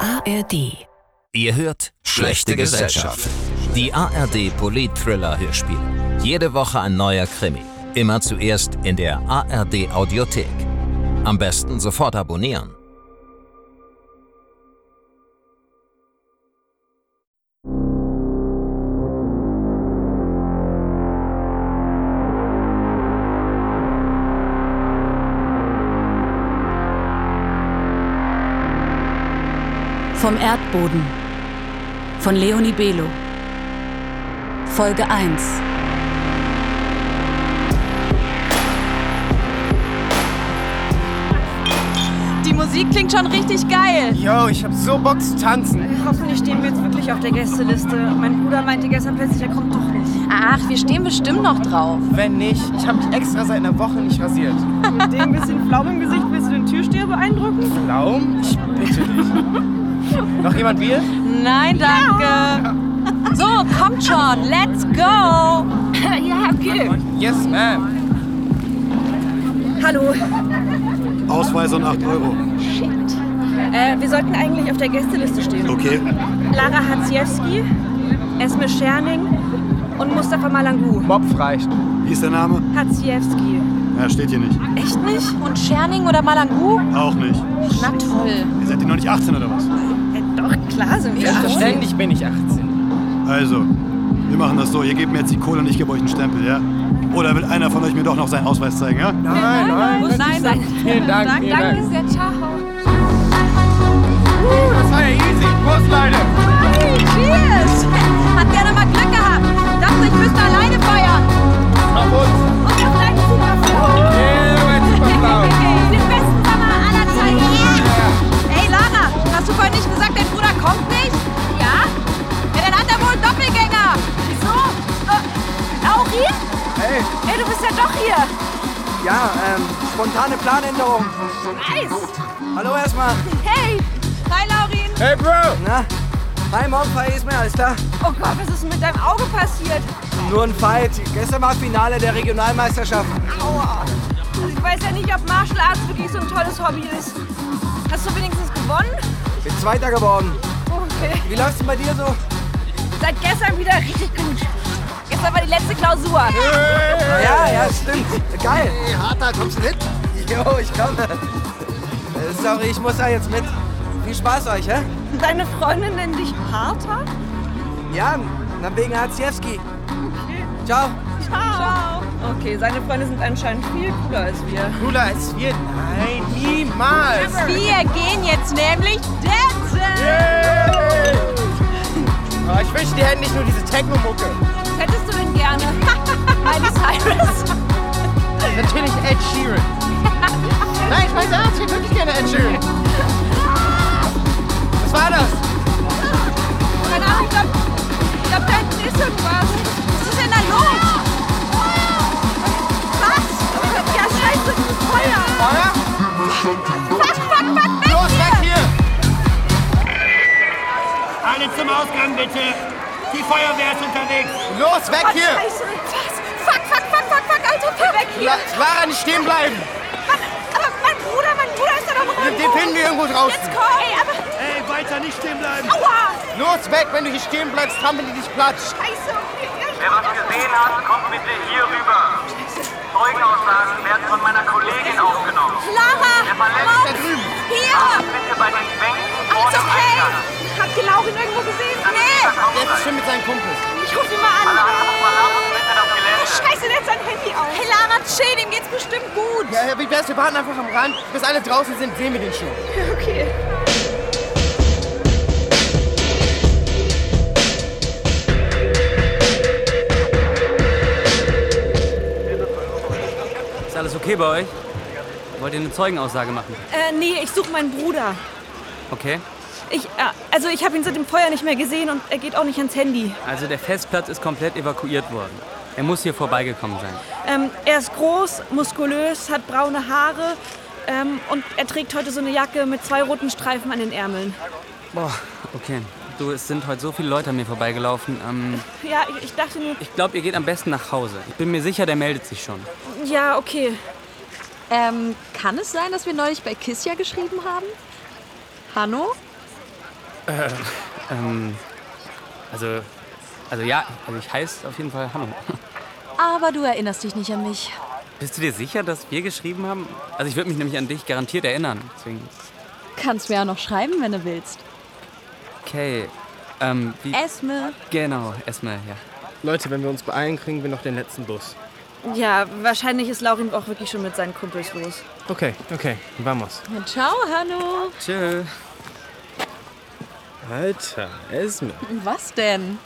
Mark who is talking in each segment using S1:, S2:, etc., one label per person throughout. S1: ARD.
S2: Ihr hört Schlechte Gesellschaft. Die ARD Polit-Thriller Hörspiel. Jede Woche ein neuer Krimi. Immer zuerst in der ARD Audiothek. Am besten sofort abonnieren.
S1: Vom Erdboden. Von Leonie Belo. Folge 1.
S3: Die Musik klingt schon richtig geil.
S4: Yo, ich hab so Bock zu tanzen.
S5: Hoffentlich stehen wir jetzt wirklich auf der Gästeliste. Mein Bruder meinte gestern plötzlich, er kommt doch nicht.
S3: Ach, wir stehen bestimmt noch drauf.
S4: Wenn nicht, ich hab mich extra seit einer Woche nicht rasiert.
S5: Mit dem bisschen Flaum im Gesicht willst du den Türsteher beeindrucken?
S4: Flaum? Ich bitte dich. Noch jemand Bier?
S3: Nein, danke. So, kommt schon, let's go.
S5: Ja, okay.
S4: Yes, ma'am.
S5: Hallo.
S6: Ausweis und 8 Euro.
S5: Äh, wir sollten eigentlich auf der Gästeliste stehen.
S6: Okay.
S5: Lara Hatziewski, Esme Scherning und Mustafa Malangu.
S4: Bob reicht.
S6: Wie ist der Name?
S5: Hatziewski.
S6: Ja, steht hier nicht.
S5: Echt nicht?
S3: Und Scherning oder Malangu?
S6: Auch nicht.
S3: Na toll.
S6: Ihr seid ihr noch nicht 18 oder was?
S5: Äh, doch, klar sind wir. schon.
S4: Ständig bin ich 18.
S6: Also, wir machen das so. Ihr gebt mir jetzt die Kohle und ich gebe euch einen Stempel, ja? Oder will einer von euch mir doch noch seinen Ausweis zeigen, ja?
S4: Nein, nein.
S3: Nein, danke.
S4: Vielen Dank, vielen Dank.
S3: sehr, ciao.
S4: Das war ja easy. Prost, Leute.
S3: Hey, cheers. Hat gerne mal Glück gehabt. Dachte, ich müsste alleine feiern.
S4: Auf uns.
S3: Und das gleich super froh.
S4: Yeah, we're super blau.
S3: Den besten Sommer aller Zeiten. Ey, Lara, hast du vorhin nicht gesagt, dein Bruder kommt nicht? Ja? Ja, dann hat er wohl einen Doppelgänger. Wieso? Äh, auch hier?
S4: Hey,
S3: Ey, du bist ja doch hier.
S4: ja, ähm, spontane Planänderung.
S3: Nice.
S4: Hallo erstmal.
S3: Hey. Hi, Laurin.
S4: Hey, Bro.
S7: Na, hi Morgenfeier ist mir alles klar.
S3: Oh Gott, was ist denn mit deinem Auge passiert?
S7: Nur ein Fight. Gestern war Finale der Regionalmeisterschaft.
S3: Aua. Also ich weiß ja nicht, ob Martial Arts wirklich so ein tolles Hobby ist. Hast du wenigstens gewonnen? Oh,
S7: Bin Zweiter geworden.
S3: Okay.
S7: Wie läuft's denn bei dir so?
S3: Seit gestern wieder richtig gut. Gestern war die letzte Klausur.
S7: Ja, ja, stimmt. Geil.
S6: Hey, Harter, kommst du mit?
S7: Jo, ich komme. Äh, Sorry, ich muss da jetzt mit. Viel Spaß euch, hä?
S5: Deine Freundin nennt dich Harter?
S7: Ja, dann wegen Hatziewski. Ciao.
S5: Ciao. Okay, seine Freunde sind anscheinend viel cooler als wir.
S4: Cooler als wir. Nein, niemals.
S3: Wir gehen jetzt nämlich dancen.
S4: Hey. Oh, ich wünschte, die hätten nicht nur diese Techno-Mucke.
S3: Hättest du denn gerne? Miley Cyrus?
S4: Natürlich Ed Sheeran. Nein, ich weiß ernst, ich hätte wirklich gerne Ed Sheeran. Was war das?
S3: Keine Ahnung, ich glaube, ich glaub, da hinten ist irgendwas. Was ist denn da los? Was? Ja, scheiße, Feuer.
S4: Feuer?
S3: Fuck, fuck, fuck, weg
S4: Los, weg
S3: hier.
S4: hier!
S8: Alle zum Ausgang bitte. Die Feuerwehr ist unterwegs.
S4: Los, weg hier!
S3: Scheiße. Was? Fuck, fuck, fuck, fuck, fuck, Alter, fuck. Weg hier.
S4: La- Lara, nicht stehen bleiben!
S3: Mann, aber mein Bruder, mein Bruder ist da doch noch
S4: Den den finden wir irgendwo draußen.
S3: Jetzt komm. Ey, aber,
S8: Ey, weiter nicht stehen bleiben.
S3: aua.
S4: Los, weg! Wenn du hier stehen bleibst, trampeln die dich platt.
S3: Scheiße.
S9: Wer was gesehen hat, kommt bitte hier rüber. Zeugenaussagen werden von meiner Kollegin aufgenommen.
S3: Lara,
S9: Verletzte
S3: raus. Hier.
S9: Bitte bei den Bänken vor
S3: Alles
S9: dem
S3: okay?
S9: Eingang.
S3: Hat die Laurin irgendwo gesehen? Nee!
S9: Verkauft
S4: Jetzt
S9: sein.
S4: ist schon mit seinen Kumpels.
S3: Ich ruf ihn mal an. ne?
S9: Bitte das Gelände.
S3: Scheiße, der hat sein Handy auf. Hey Lara, chill, dem geht's bestimmt gut.
S4: Ja, ja, wie wär's, wir warten einfach am Rand. Bis alle draußen sind, sehen wir den schon.
S5: Okay.
S10: Ist alles okay bei euch? Wollt ihr eine Zeugenaussage machen?
S5: Äh, nee, ich suche meinen Bruder.
S10: Okay.
S5: Ich, äh, also ich habe ihn seit dem Feuer nicht mehr gesehen und er geht auch nicht ans Handy.
S10: Also der Festplatz ist komplett evakuiert worden. Er muss hier vorbeigekommen sein.
S5: Ähm, er ist groß, muskulös, hat braune Haare ähm, und er trägt heute so eine Jacke mit zwei roten Streifen an den Ärmeln.
S10: Boah, okay. Du, es sind heute so viele Leute an mir vorbeigelaufen. Ähm,
S5: Ja, ich, ich dachte nur,
S10: ich glaube, ihr geht am besten nach Hause. Ich bin mir sicher, der meldet sich schon.
S5: ja, okay.
S3: Ähm, kann es sein, dass wir neulich bei Kiss ja geschrieben haben? Hanno?
S10: Äh, ähm, also, also ja, also ich heiße auf jeden Fall Hanno.
S9: Aber du erinnerst dich nicht an mich.
S10: Bist du dir sicher, dass wir geschrieben haben? Also ich würde mich nämlich an dich garantiert erinnern. Deswegen.
S9: Kannst mir ja noch schreiben, wenn du willst.
S10: Okay. Ähm, wie.
S9: Esme.
S10: Genau, Esme, ja.
S5: Leute, wenn wir uns beeilen, kriegen wir noch den letzten Bus.
S3: Ja, wahrscheinlich ist Laurin auch wirklich schon mit seinen Kumpels los.
S5: Okay, okay, vamos.
S9: Ja, ciao, Hanno.
S10: Tschö.
S5: Alter, Esme.
S9: Was denn?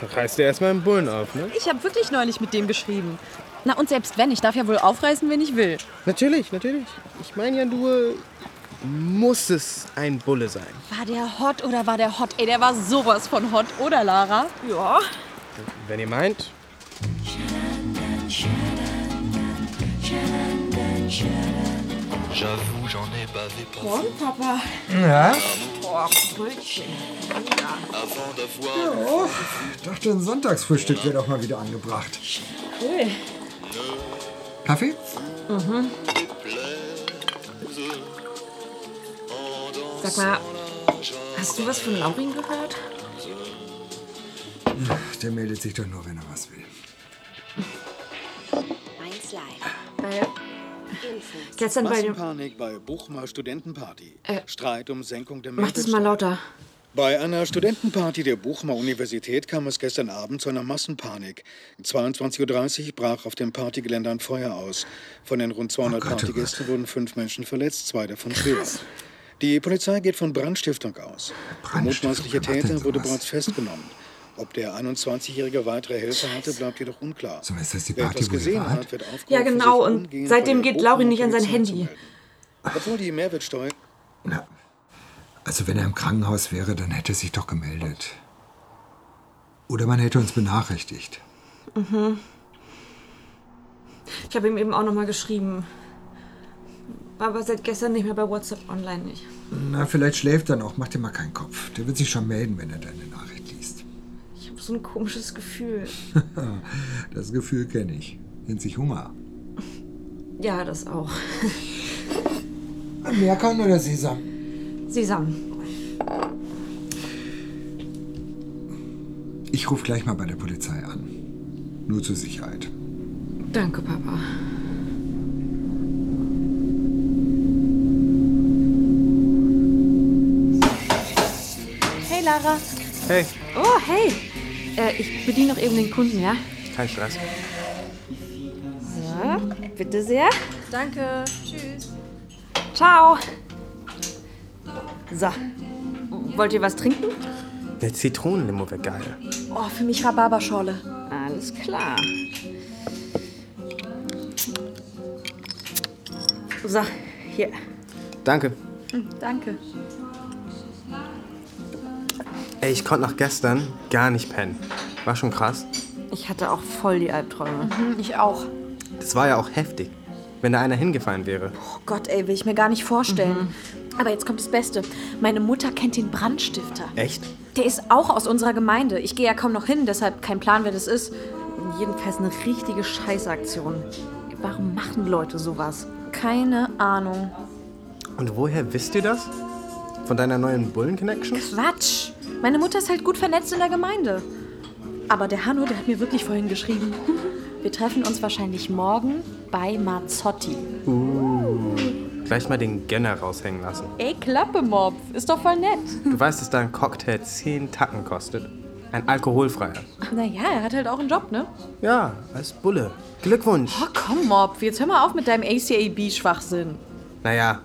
S5: Da reißt dir erstmal einen Bullen auf, ne?
S9: Ich habe wirklich neulich mit dem geschrieben. Na und selbst wenn, ich darf ja wohl aufreißen, wenn ich will.
S5: Natürlich, natürlich. Ich meine ja, du äh, muss es ein Bulle sein.
S9: War der hot oder war der hot? Ey, der war sowas von hot, oder Lara?
S3: Ja.
S5: Wenn ihr meint.
S11: J'avoue, j'en ai bavé pas.
S3: Morgen, Papa.
S12: Ja?
S3: Boah, Brötchen.
S11: Avant d'avoir.
S12: Jo. Oh, Ich dachte, ein Sonntagsfrühstück wird auch mal wieder angebracht.
S3: Cool.
S12: Kaffee?
S3: Mhm. Sag mal, hast du was von Laurin gehört?
S12: Ach, Der meldet sich doch nur, wenn er was will.
S13: Eins live.
S3: Weil gestern bei dem...
S6: Massenpanik bei Buchmer Studentenparty.
S3: Äh,
S6: Streit um Senkung der
S3: mach das mal lauter.
S6: Bei einer Studentenparty der Buchmer Universität kam es gestern Abend zu einer Massenpanik. 22.30 Uhr brach auf dem Partygelände ein Feuer aus. Von den rund 200 Partygästen wurden fünf Menschen verletzt, zwei davon schwer. Die Polizei geht von Brandstiftung aus. Der mutmaßliche Täter wurde bereits festgenommen. Ob der 21-Jährige weitere Helfer hatte, bleibt jedoch unklar. So
S12: ist das die
S6: Wer
S12: Party,
S6: etwas
S12: wo wir
S6: gesehen
S12: waren?
S6: hat, wird aufgerufen,
S3: Ja, genau.
S6: sich
S3: Und
S6: umgehend
S3: seitdem
S6: bei der
S3: geht Laurin nicht an sein
S6: Bochum-Polizei zu
S3: Handy.
S6: melden. Obwohl die Mehrwertsteuer
S12: Also wenn er im Krankenhaus wäre, dann hätte er sich doch gemeldet. Oder man hätte uns benachrichtigt.
S3: Mhm. Ich habe ihm eben auch nochmal geschrieben. War aber seit gestern nicht mehr bei WhatsApp online nicht.
S12: Na, vielleicht schläft er noch. Mach dir mal keinen Kopf. Der wird sich schon melden, wenn er deine Nachricht liest.
S3: Ich habe so ein komisches Gefühl.
S12: das Gefühl kenne ich. Nennt sich Hunger.
S3: Ja, das auch.
S12: Meerkan oder Sesam?
S3: Sesam.
S12: Ich rufe gleich mal bei der Polizei an. Nur zur Sicherheit.
S3: Danke, Papa.
S9: Hey, Lara.
S5: Hey,
S3: Oh, hey. Äh, ich bediene noch eben den Kunden, ja?
S5: kein Stress.
S3: So, bitte sehr.
S9: Danke. Tschüss.
S3: Ciao. So. Wollt ihr was trinken?
S5: Eine Zitronenlimo wäre geil.
S9: Oh, für mich Rhabarberschorle.
S3: Alles klar. So, hier.
S5: Danke.
S9: Hm, Danke.
S5: Ey, ich konnte nach gestern gar nicht pennen. War schon krass.
S3: Ich hatte auch voll die Albträume.
S9: ich auch.
S5: Das war ja auch heftig. Wenn da einer hingefallen wäre.
S9: Oh Gott, ey, will ich mir gar nicht vorstellen. Aber jetzt kommt das Beste. Meine Mutter kennt den Brandstifter.
S5: Echt?
S9: Der ist auch aus unserer Gemeinde. Ich gehe ja kaum noch hin, deshalb kein Plan, wer das ist.
S3: Jedenfalls eine richtige Scheißaktion. Warum machen Leute sowas?
S9: Keine Ahnung.
S5: Und woher wisst ihr das? Von deiner neuen Bullen-Connection?
S9: Quatsch! Meine Mutter ist halt gut vernetzt in der Gemeinde. Aber der Hanno, der hat mir wirklich vorhin geschrieben. Wir treffen uns wahrscheinlich morgen bei Mazzotti.
S5: Uh. Gleich mal den Gönner raushängen lassen.
S9: Ey, Klappe, Mopf. Ist doch voll nett.
S5: Du weißt, dass da ein Cocktail 10 Tacken kostet. Ein alkoholfreier.
S9: Naja, er hat halt auch einen Job, ne?
S5: Ja, als Bulle. Glückwunsch.
S9: Oh, komm, Mopf. Jetzt hör mal auf mit deinem ACAB-Schwachsinn.
S5: Naja,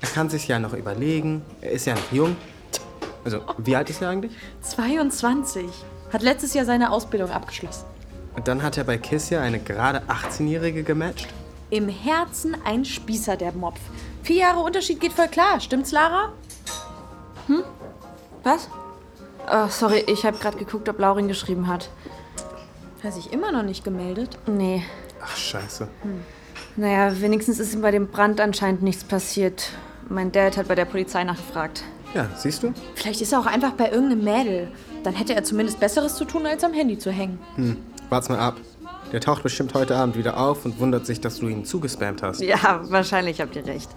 S5: er kann sich ja noch überlegen. Er ist ja noch jung. Also, wie alt ist er eigentlich?
S9: 22. Hat letztes Jahr seine Ausbildung abgeschlossen.
S5: Und dann hat er bei Kiss ja eine gerade 18-Jährige gematcht.
S9: Im Herzen ein Spießer, der Mopf. Vier Jahre Unterschied geht voll klar, stimmt's, Lara?
S3: Hm? Was? Oh, sorry, ich habe gerade geguckt, ob Laurin geschrieben hat.
S9: Hat sich immer noch nicht gemeldet?
S3: Nee.
S5: Ach, scheiße.
S3: Naja, wenigstens ist ihm bei dem Brand anscheinend nichts passiert. Mein Dad hat bei der Polizei nachgefragt.
S5: Ja, siehst du?
S9: Vielleicht ist er auch einfach bei irgendeinem Mädel. Dann hätte er zumindest Besseres zu tun, als am Handy zu hängen.
S5: Hm, wart's mal ab. Der taucht bestimmt heute Abend wieder auf und wundert sich, dass du ihn zugespammt hast.
S3: Ja, wahrscheinlich habt ihr recht.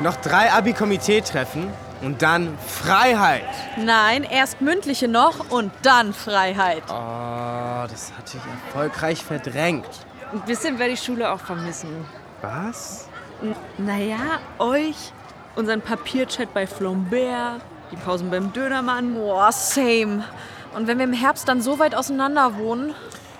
S5: Noch drei Abi-Komitee-Treffen und dann Freiheit.
S14: Nein, erst mündliche noch und dann Freiheit.
S5: Oh, das hatte ich erfolgreich verdrängt.
S3: Ein bisschen werde ich Schule auch vermissen.
S5: Was?
S3: N naja, euch, unseren Papierchat bei Flombert, die Pausen beim Dönermann.
S14: Boah, same. Und wenn wir im Herbst dann so weit auseinander wohnen?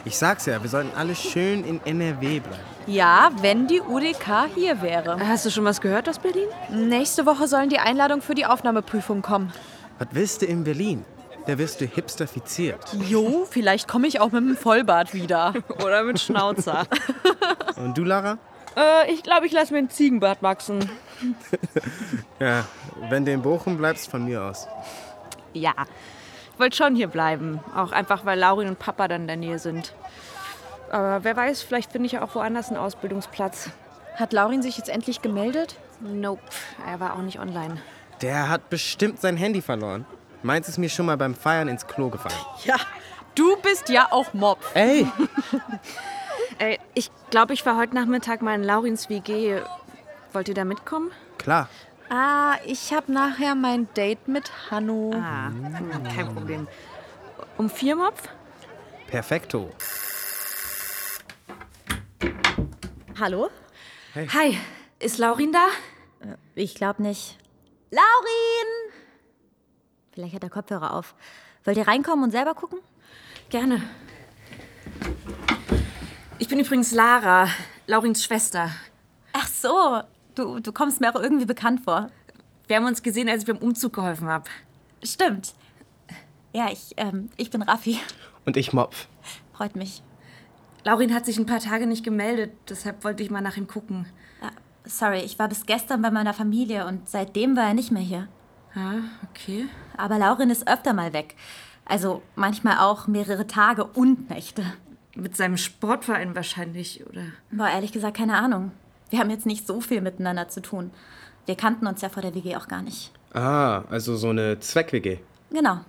S5: Ich sag's ja, wir sollten alle schön in NRW bleiben.
S14: Ja, wenn die UDK hier wäre.
S3: Hast du schon was gehört aus Berlin?
S14: Nächste Woche sollen die Einladungen für die Aufnahmeprüfung kommen.
S5: Was willst du in Berlin? Da wirst du hipsterfiziert.
S14: Jo, vielleicht komme ich auch mit einem Vollbart wieder.
S3: Oder mit Schnauzer.
S5: Und du, Lara?
S3: Äh, ich glaube, ich lasse mir einen Ziegenbart wachsen.
S5: ja, wenn du in Bochum bleibst, von mir aus.
S3: Ja, ich wollte schon hier bleiben. Auch einfach, weil Laurin und Papa dann in der Nähe sind. Aber wer weiß, vielleicht finde ich ja auch woanders einen Ausbildungsplatz.
S14: Hat Laurin sich jetzt endlich gemeldet?
S3: Nope, er war auch nicht online.
S5: Der hat bestimmt sein Handy verloren. Meins ist mir schon mal beim Feiern ins Klo gefallen.
S14: Ja, du bist ja auch Mob.
S5: Ey!
S3: Ey, ich glaube, ich war heute Nachmittag mal in Laurins WG. Wollt ihr da mitkommen?
S5: Klar.
S14: Ah, ich habe nachher mein Date mit Hanno.
S3: Ah, kein Problem. Um vier Mopf?
S5: Perfekto.
S15: Hallo?
S5: Hey.
S15: Hi, ist Laurin da?
S9: Ich glaube nicht.
S15: Laurin!
S9: Vielleicht hat der Kopfhörer auf. Wollt ihr reinkommen und selber gucken?
S15: Gerne. Ich bin übrigens Lara, Laurins Schwester.
S9: Ach so, du, du kommst mir auch irgendwie bekannt vor.
S15: Wir haben uns gesehen, als ich beim Umzug geholfen habe.
S9: Stimmt. Ja, ich, ähm, ich bin Raffi.
S5: Und ich Mopf.
S9: Freut mich.
S15: Laurin hat sich ein paar Tage nicht gemeldet, deshalb wollte ich mal nach ihm gucken.
S9: Ah, sorry, ich war bis gestern bei meiner Familie und seitdem war er nicht mehr hier.
S15: Ah, okay.
S9: Aber Laurin ist öfter mal weg. Also manchmal auch mehrere Tage und Nächte.
S15: Mit seinem Sportverein wahrscheinlich, oder?
S9: Boah, ehrlich gesagt, keine Ahnung. Wir haben jetzt nicht so viel miteinander zu tun. Wir kannten uns ja vor der WG auch gar nicht.
S5: Ah, also so eine Zweck-WG.
S9: Genau.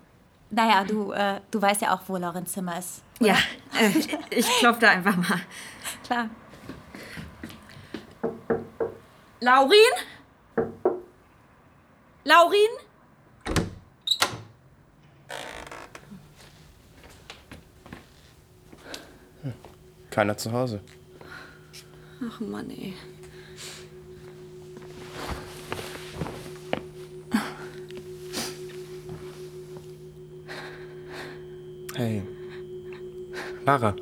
S9: Naja, du, äh, du weißt ja auch, wo Laurens Zimmer ist.
S15: Oder? Ja, äh, ich klopfe da einfach mal.
S9: Klar.
S15: Laurin? Laurin?
S5: Keiner zu Hause.
S15: Ach Mann, ey.
S5: Hey. Lara,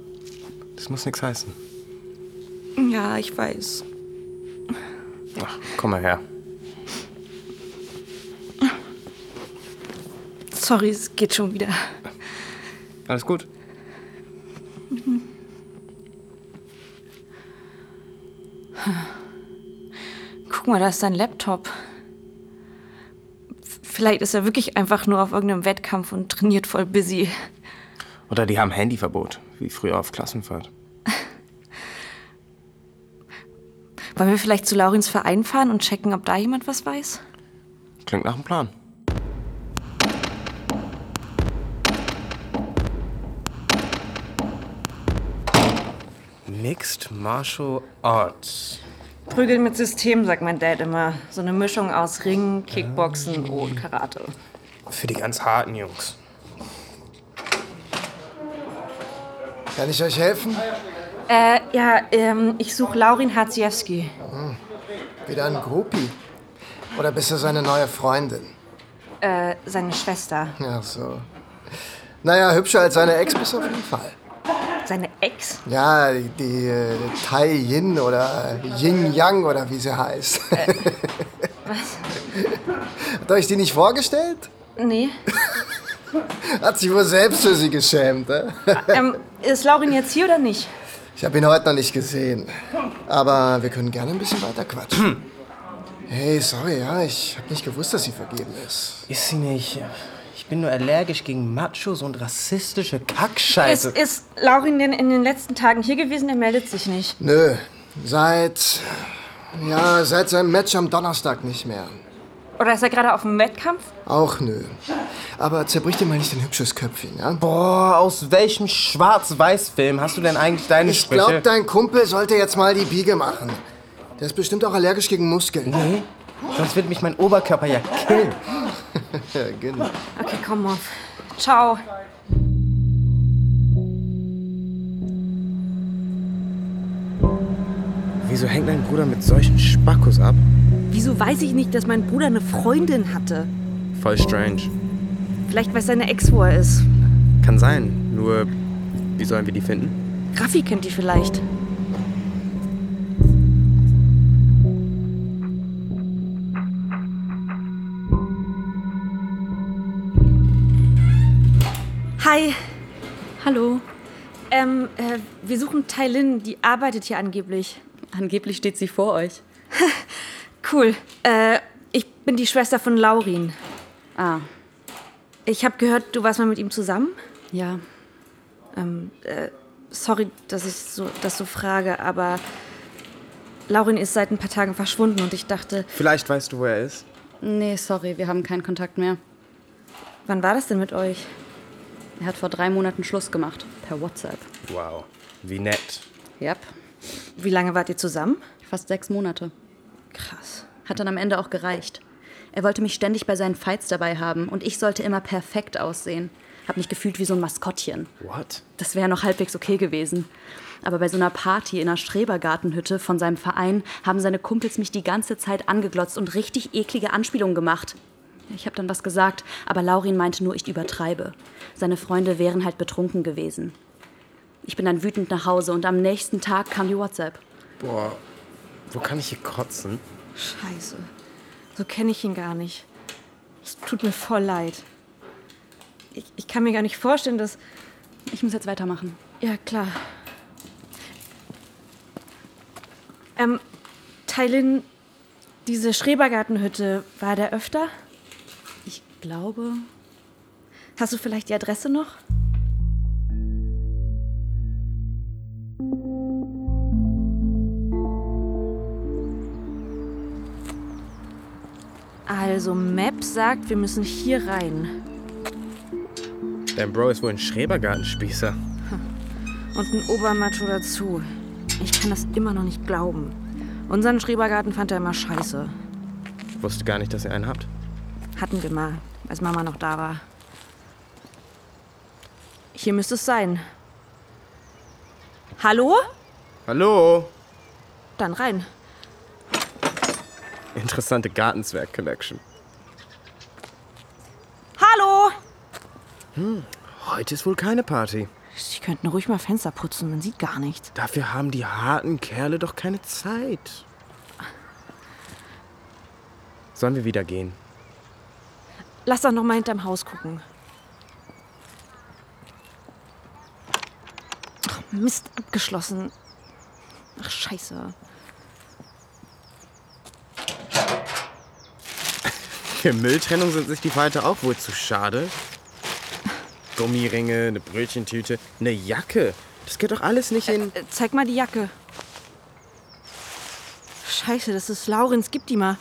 S5: das muss nichts heißen.
S15: Ja, ich weiß.
S5: Ach, komm mal her.
S15: Sorry, es geht schon wieder.
S5: Alles gut?
S15: Mhm. Guck mal, da ist dein Laptop. Vielleicht ist er wirklich einfach nur auf irgendeinem Wettkampf und trainiert voll busy.
S5: Oder die haben Handyverbot, wie früher auf Klassenfahrt.
S15: Wollen wir vielleicht zu Laurins Verein fahren und checken, ob da jemand was weiß?
S5: Klingt nach einem Plan. Mixed Martial Arts.
S3: Prügeln mit System, sagt mein Dad immer. So eine Mischung aus Ringen,
S9: Äh,
S3: Kickboxen und Karate.
S5: Für die ganz harten Jungs.
S4: Kann ich euch helfen?
S3: Äh, ja, ähm, ich suche Laurin Harziewski.
S4: Hm. Wieder ein Groupie? Oder bist du seine neue Freundin?
S3: Äh, seine Schwester.
S4: Ja, so. Naja, hübscher als seine Ex bist du auf jeden Fall.
S3: Seine Ex?
S4: Ja, die, die äh, Tai Yin oder äh, Yin Yang oder wie sie heißt. Äh,
S3: was?
S4: Hat euch die nicht vorgestellt?
S3: Nee.
S4: Hat sich wohl selbst für sie geschämt. Äh?
S3: Ähm, ist Laurin jetzt hier oder nicht?
S4: Ich habe ihn heute noch nicht gesehen. Aber wir können gerne ein bisschen weiter quatschen. Hey, sorry, ja, ich habe nicht gewusst, dass sie vergeben ist.
S5: Ist sie nicht. Ich bin nur allergisch gegen Machos und rassistische Kackscheiße.
S3: Ist, ist Laurin denn in den letzten Tagen hier gewesen? Er meldet sich nicht.
S4: Nö, seit. Ja, seit seinem Match am Donnerstag nicht mehr.
S3: Oder ist er gerade auf dem Wettkampf?
S4: Auch nö. Aber zerbrich dir mal nicht ein hübsches Köpfchen, ja?
S5: Boah, aus welchem Schwarz-Weiß-Film hast du denn eigentlich deine
S4: ich
S5: Sprüche?
S4: Ich glaub, dein Kumpel sollte jetzt mal die Biege machen. Der ist bestimmt auch allergisch gegen Muskeln.
S5: Nee, Sonst wird mich mein Oberkörper ja killen.
S16: ja, genau.
S17: Okay, komm auf. Ciao.
S5: Wieso hängt mein Bruder mit solchen Spackos ab?
S3: Wieso weiß ich nicht, dass mein Bruder eine Freundin hatte?
S5: Voll strange.
S3: Vielleicht weiß seine Ex, wo er ist.
S5: Kann sein. Nur, wie sollen wir die finden?
S3: Raffi kennt die vielleicht. Hi. Hallo. Ähm, äh, wir suchen Tai Lin, die arbeitet hier angeblich. Angeblich steht sie vor euch. cool. Äh, ich bin die Schwester von Laurin. Ah. Ich habe gehört, du warst mal mit ihm zusammen? Ja. Ähm, äh, sorry, dass ich so, das so frage, aber Laurin ist seit ein paar Tagen verschwunden und ich dachte,
S5: Vielleicht weißt du, wo er ist.
S9: Nee, sorry, wir haben keinen Kontakt mehr.
S3: Wann war das denn mit euch?
S9: Er hat vor drei Monaten Schluss gemacht, per WhatsApp.
S5: Wow, wie nett.
S9: Yep.
S3: Wie lange wart ihr zusammen?
S9: Fast sechs Monate.
S3: Krass.
S9: Hat dann am Ende auch gereicht. Er wollte mich ständig bei seinen Fights dabei haben und ich sollte immer perfekt aussehen. Hab mich gefühlt wie so ein Maskottchen.
S5: What?
S9: Das wäre noch halbwegs okay gewesen. Aber bei so einer Party in einer Strebergartenhütte von seinem Verein haben seine Kumpels mich die ganze Zeit angeglotzt und richtig eklige Anspielungen gemacht. Ich habe dann was gesagt, aber Laurin meinte nur, ich übertreibe. Seine Freunde wären halt betrunken gewesen. Ich bin dann wütend nach Hause und am nächsten Tag kam die WhatsApp.
S5: Boah, wo kann ich hier kotzen?
S3: Scheiße. So kenne ich ihn gar nicht. Es tut mir voll leid. Ich, ich kann mir gar nicht vorstellen, dass.
S9: Ich muss jetzt weitermachen.
S3: Ja, klar. Ähm, Tailin, diese Schrebergartenhütte, war der öfter?
S9: Ich glaube.
S3: Hast du vielleicht die Adresse noch? Also, Map sagt, wir müssen hier rein.
S5: Dein Bro ist wohl ein Schrebergartenspießer.
S3: Und ein Obermacho dazu. Ich kann das immer noch nicht glauben. Unseren Schrebergarten fand er immer scheiße.
S5: Wusste gar nicht, dass ihr einen habt.
S3: Hatten wir mal, als Mama noch da war. Hier müsste es sein. Hallo?
S5: Hallo?
S3: Dann rein.
S5: Interessante Gartenzwerg-Collection.
S3: Hallo?
S5: Hm, heute ist wohl keine Party.
S3: Sie könnten ruhig mal Fenster putzen, man sieht gar nichts.
S5: Dafür haben die harten Kerle doch keine Zeit. Sollen wir wieder gehen?
S3: Lass doch noch mal hinterm Haus gucken. Ach, Mist, abgeschlossen. Ach, scheiße.
S5: Für Mülltrennung sind sich die Falter auch wohl zu schade. Gummiringe, eine Brötchentüte, eine Jacke. Das geht doch alles nicht in.
S3: Äh, Zeig mal die Jacke. Scheiße, das ist Laurens, gib die mal.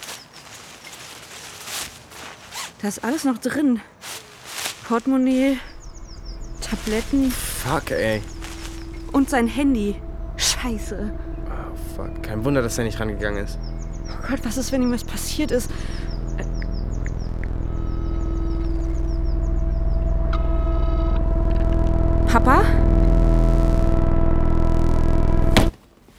S3: Da ist alles noch drin. Portemonnaie, Tabletten
S5: Fuck, ey.
S3: und sein Handy. Scheiße.
S5: Oh, fuck. Kein Wunder, dass er nicht rangegangen ist.
S3: Oh Gott, was ist, wenn ihm was passiert ist? Äh. Papa?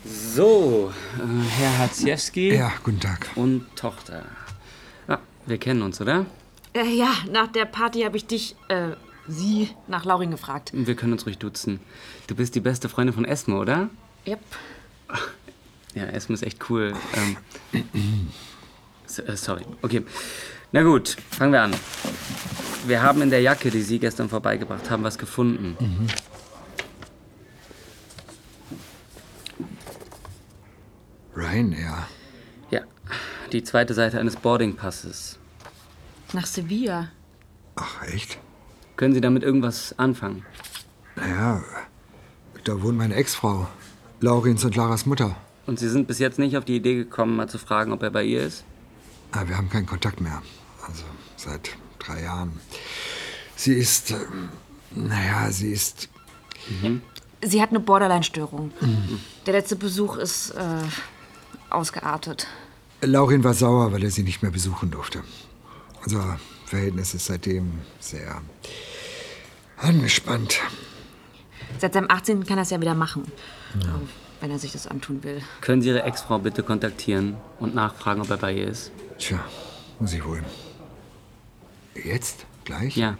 S10: So, äh, Herr Haziewski.
S4: Ja, guten Tag.
S10: Und Tochter. Ja, wir kennen uns, oder?
S17: Äh, ja, nach der Party habe ich dich, äh, sie, nach Laurin gefragt.
S10: Wir können uns ruhig duzen. Du bist die beste Freundin von Esme, oder?
S17: Yep.
S10: Ja, Esme ist echt cool. Ähm, so, äh, sorry. Okay. Na gut, fangen wir an. Wir haben in der Jacke, die Sie gestern vorbeigebracht haben, was gefunden.
S4: Mhm. Ryanair.
S10: Ja, die zweite Seite eines Boardingpasses.
S17: Nach Sevilla.
S4: Ach, echt?
S10: Können Sie damit irgendwas anfangen?
S4: Naja, da wohnt meine Ex-Frau. Laurins und Laras Mutter.
S10: Und Sie sind bis jetzt nicht auf die Idee gekommen, mal zu fragen, ob er bei ihr ist?
S4: Ah, wir haben keinen Kontakt mehr. Also seit drei Jahren. Sie ist. ähm, Naja, sie ist.
S17: Sie hat eine Borderline-Störung. Der letzte Besuch ist äh, ausgeartet.
S4: Laurin war sauer, weil er sie nicht mehr besuchen durfte. Unser Verhältnis ist seitdem sehr angespannt.
S3: Seit seinem 18. kann er es ja wieder machen. Oh, Wenn er sich das antun will.
S10: Können Sie Ihre Ex-Frau bitte kontaktieren und nachfragen, ob er bei ihr ist?
S4: Tja, muss ich wohl. Jetzt? Gleich?
S10: Ja.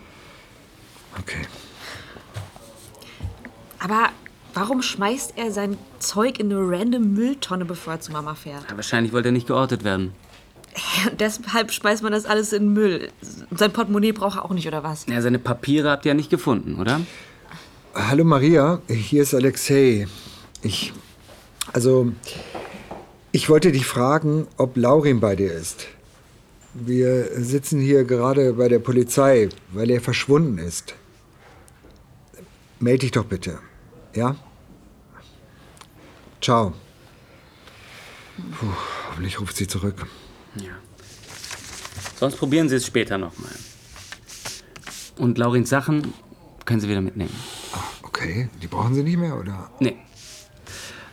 S4: Okay.
S3: Aber warum schmeißt er sein Zeug in eine random Mülltonne, bevor er zu Mama fährt?
S10: Ja, wahrscheinlich wollte er nicht geortet werden.
S3: Und deshalb schmeißt man das alles in den Müll. Sein Portemonnaie braucht er auch nicht, oder was?
S10: Ja, seine Papiere habt ihr ja nicht gefunden, oder?
S4: Hallo Maria, hier ist Alexei. Ich. Also. Ich wollte dich fragen, ob Laurin bei dir ist. Wir sitzen hier gerade bei der Polizei, weil er verschwunden ist. Meld dich doch bitte. Ja? Ciao. Puh, hoffentlich ruft sie zurück.
S10: Ja. Sonst probieren Sie es später nochmal. Und Laurins Sachen können Sie wieder mitnehmen.
S4: Ah, Okay, die brauchen sie nicht mehr, oder?
S10: Nee.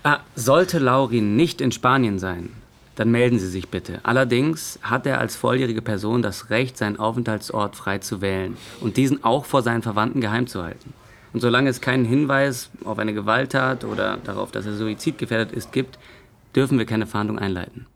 S10: Ah, sollte Laurin nicht in Spanien sein, dann melden Sie sich bitte. Allerdings hat er als volljährige Person das Recht, seinen Aufenthaltsort frei zu wählen und diesen auch vor seinen Verwandten geheim zu halten. Und solange es keinen Hinweis auf eine Gewalttat oder darauf, dass er suizidgefährdet ist, gibt, dürfen wir keine Fahndung einleiten.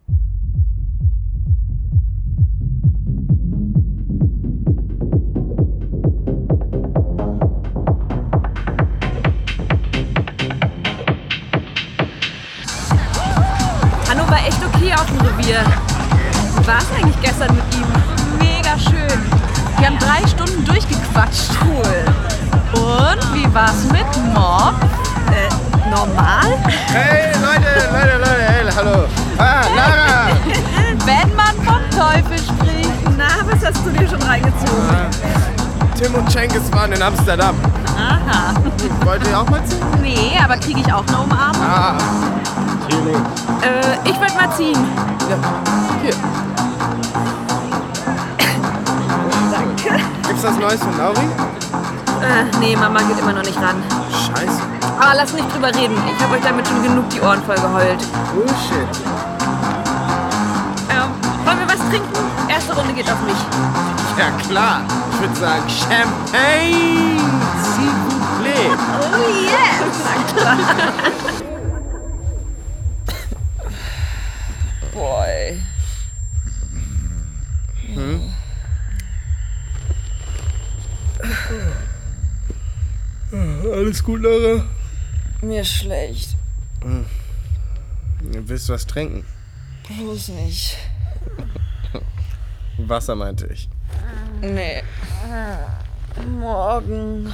S3: Hanno war echt okay auf dem Revier. Wie war es eigentlich gestern mit ihm? Mega schön. Wir haben drei Stunden durchgequatscht. Cool. Und wie war's mit Mob? Äh, normal?
S5: Hey, Leute, Leute, Leute, hey, hallo. Ah, Lara!
S3: Wenn man vom Teufel spricht. Na, was hast du dir schon reingezogen?
S5: Tim und Cengiz waren in Amsterdam.
S3: Aha.
S5: Wollt ihr auch mal ziehen?
S3: Nee, aber kriege ich auch eine Umarmung?
S5: Ah, hier links.
S3: Äh, ich würde mal ziehen.
S5: Hier.
S3: Danke.
S5: Gibt's was Neues von Lauri?
S3: Äh, nee, Mama geht immer noch nicht ran.
S5: Scheiße.
S3: Aber lasst nicht drüber reden. Ich habe euch damit schon genug die Ohren voll geheult.
S5: Bullshit.
S3: Ähm, wollen wir was trinken? Erste Runde geht auf mich.
S5: Ja klar. Ich würde sagen Champagne. S'il vous plaît.
S3: Oh yes! Boah. ey.
S5: Hm? Ah, Alles gut, Lara?
S3: Mir schlecht.
S5: Hm. Willst du was trinken?
S3: Muss nicht.
S5: Wasser meinte ich.
S3: Nee. Morgen.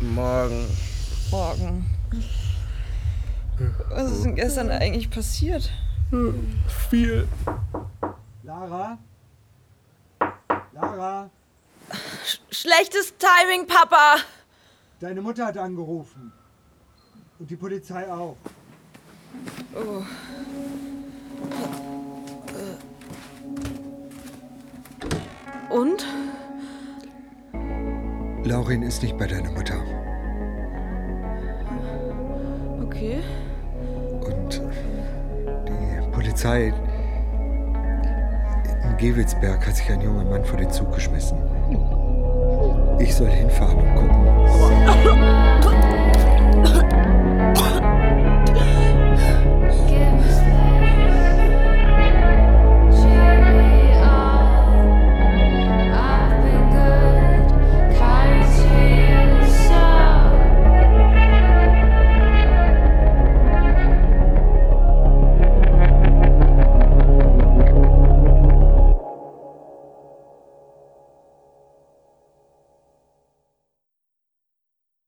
S5: Morgen.
S3: Morgen. Was ist denn gestern eigentlich passiert?
S5: Viel.
S3: Lara? Lara? Schlechtes Timing, Papa!
S18: Deine Mutter hat angerufen. Und die Polizei auch.
S3: Oh. Und?
S4: Laurin ist nicht bei deiner Mutter.
S3: Okay.
S4: Und die Polizei in Gewelsberg hat sich ein junger Mann vor den Zug geschmissen. Ich soll hinfahren und gucken.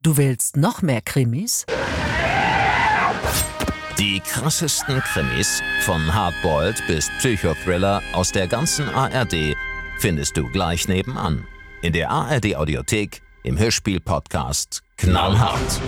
S19: Du willst noch mehr Krimis?
S2: Die krassesten Krimis von Hardboiled bis Psychothriller aus der ganzen ARD findest du gleich nebenan. In der ARD Audiothek, im Hörspiel-Podcast Knallhart.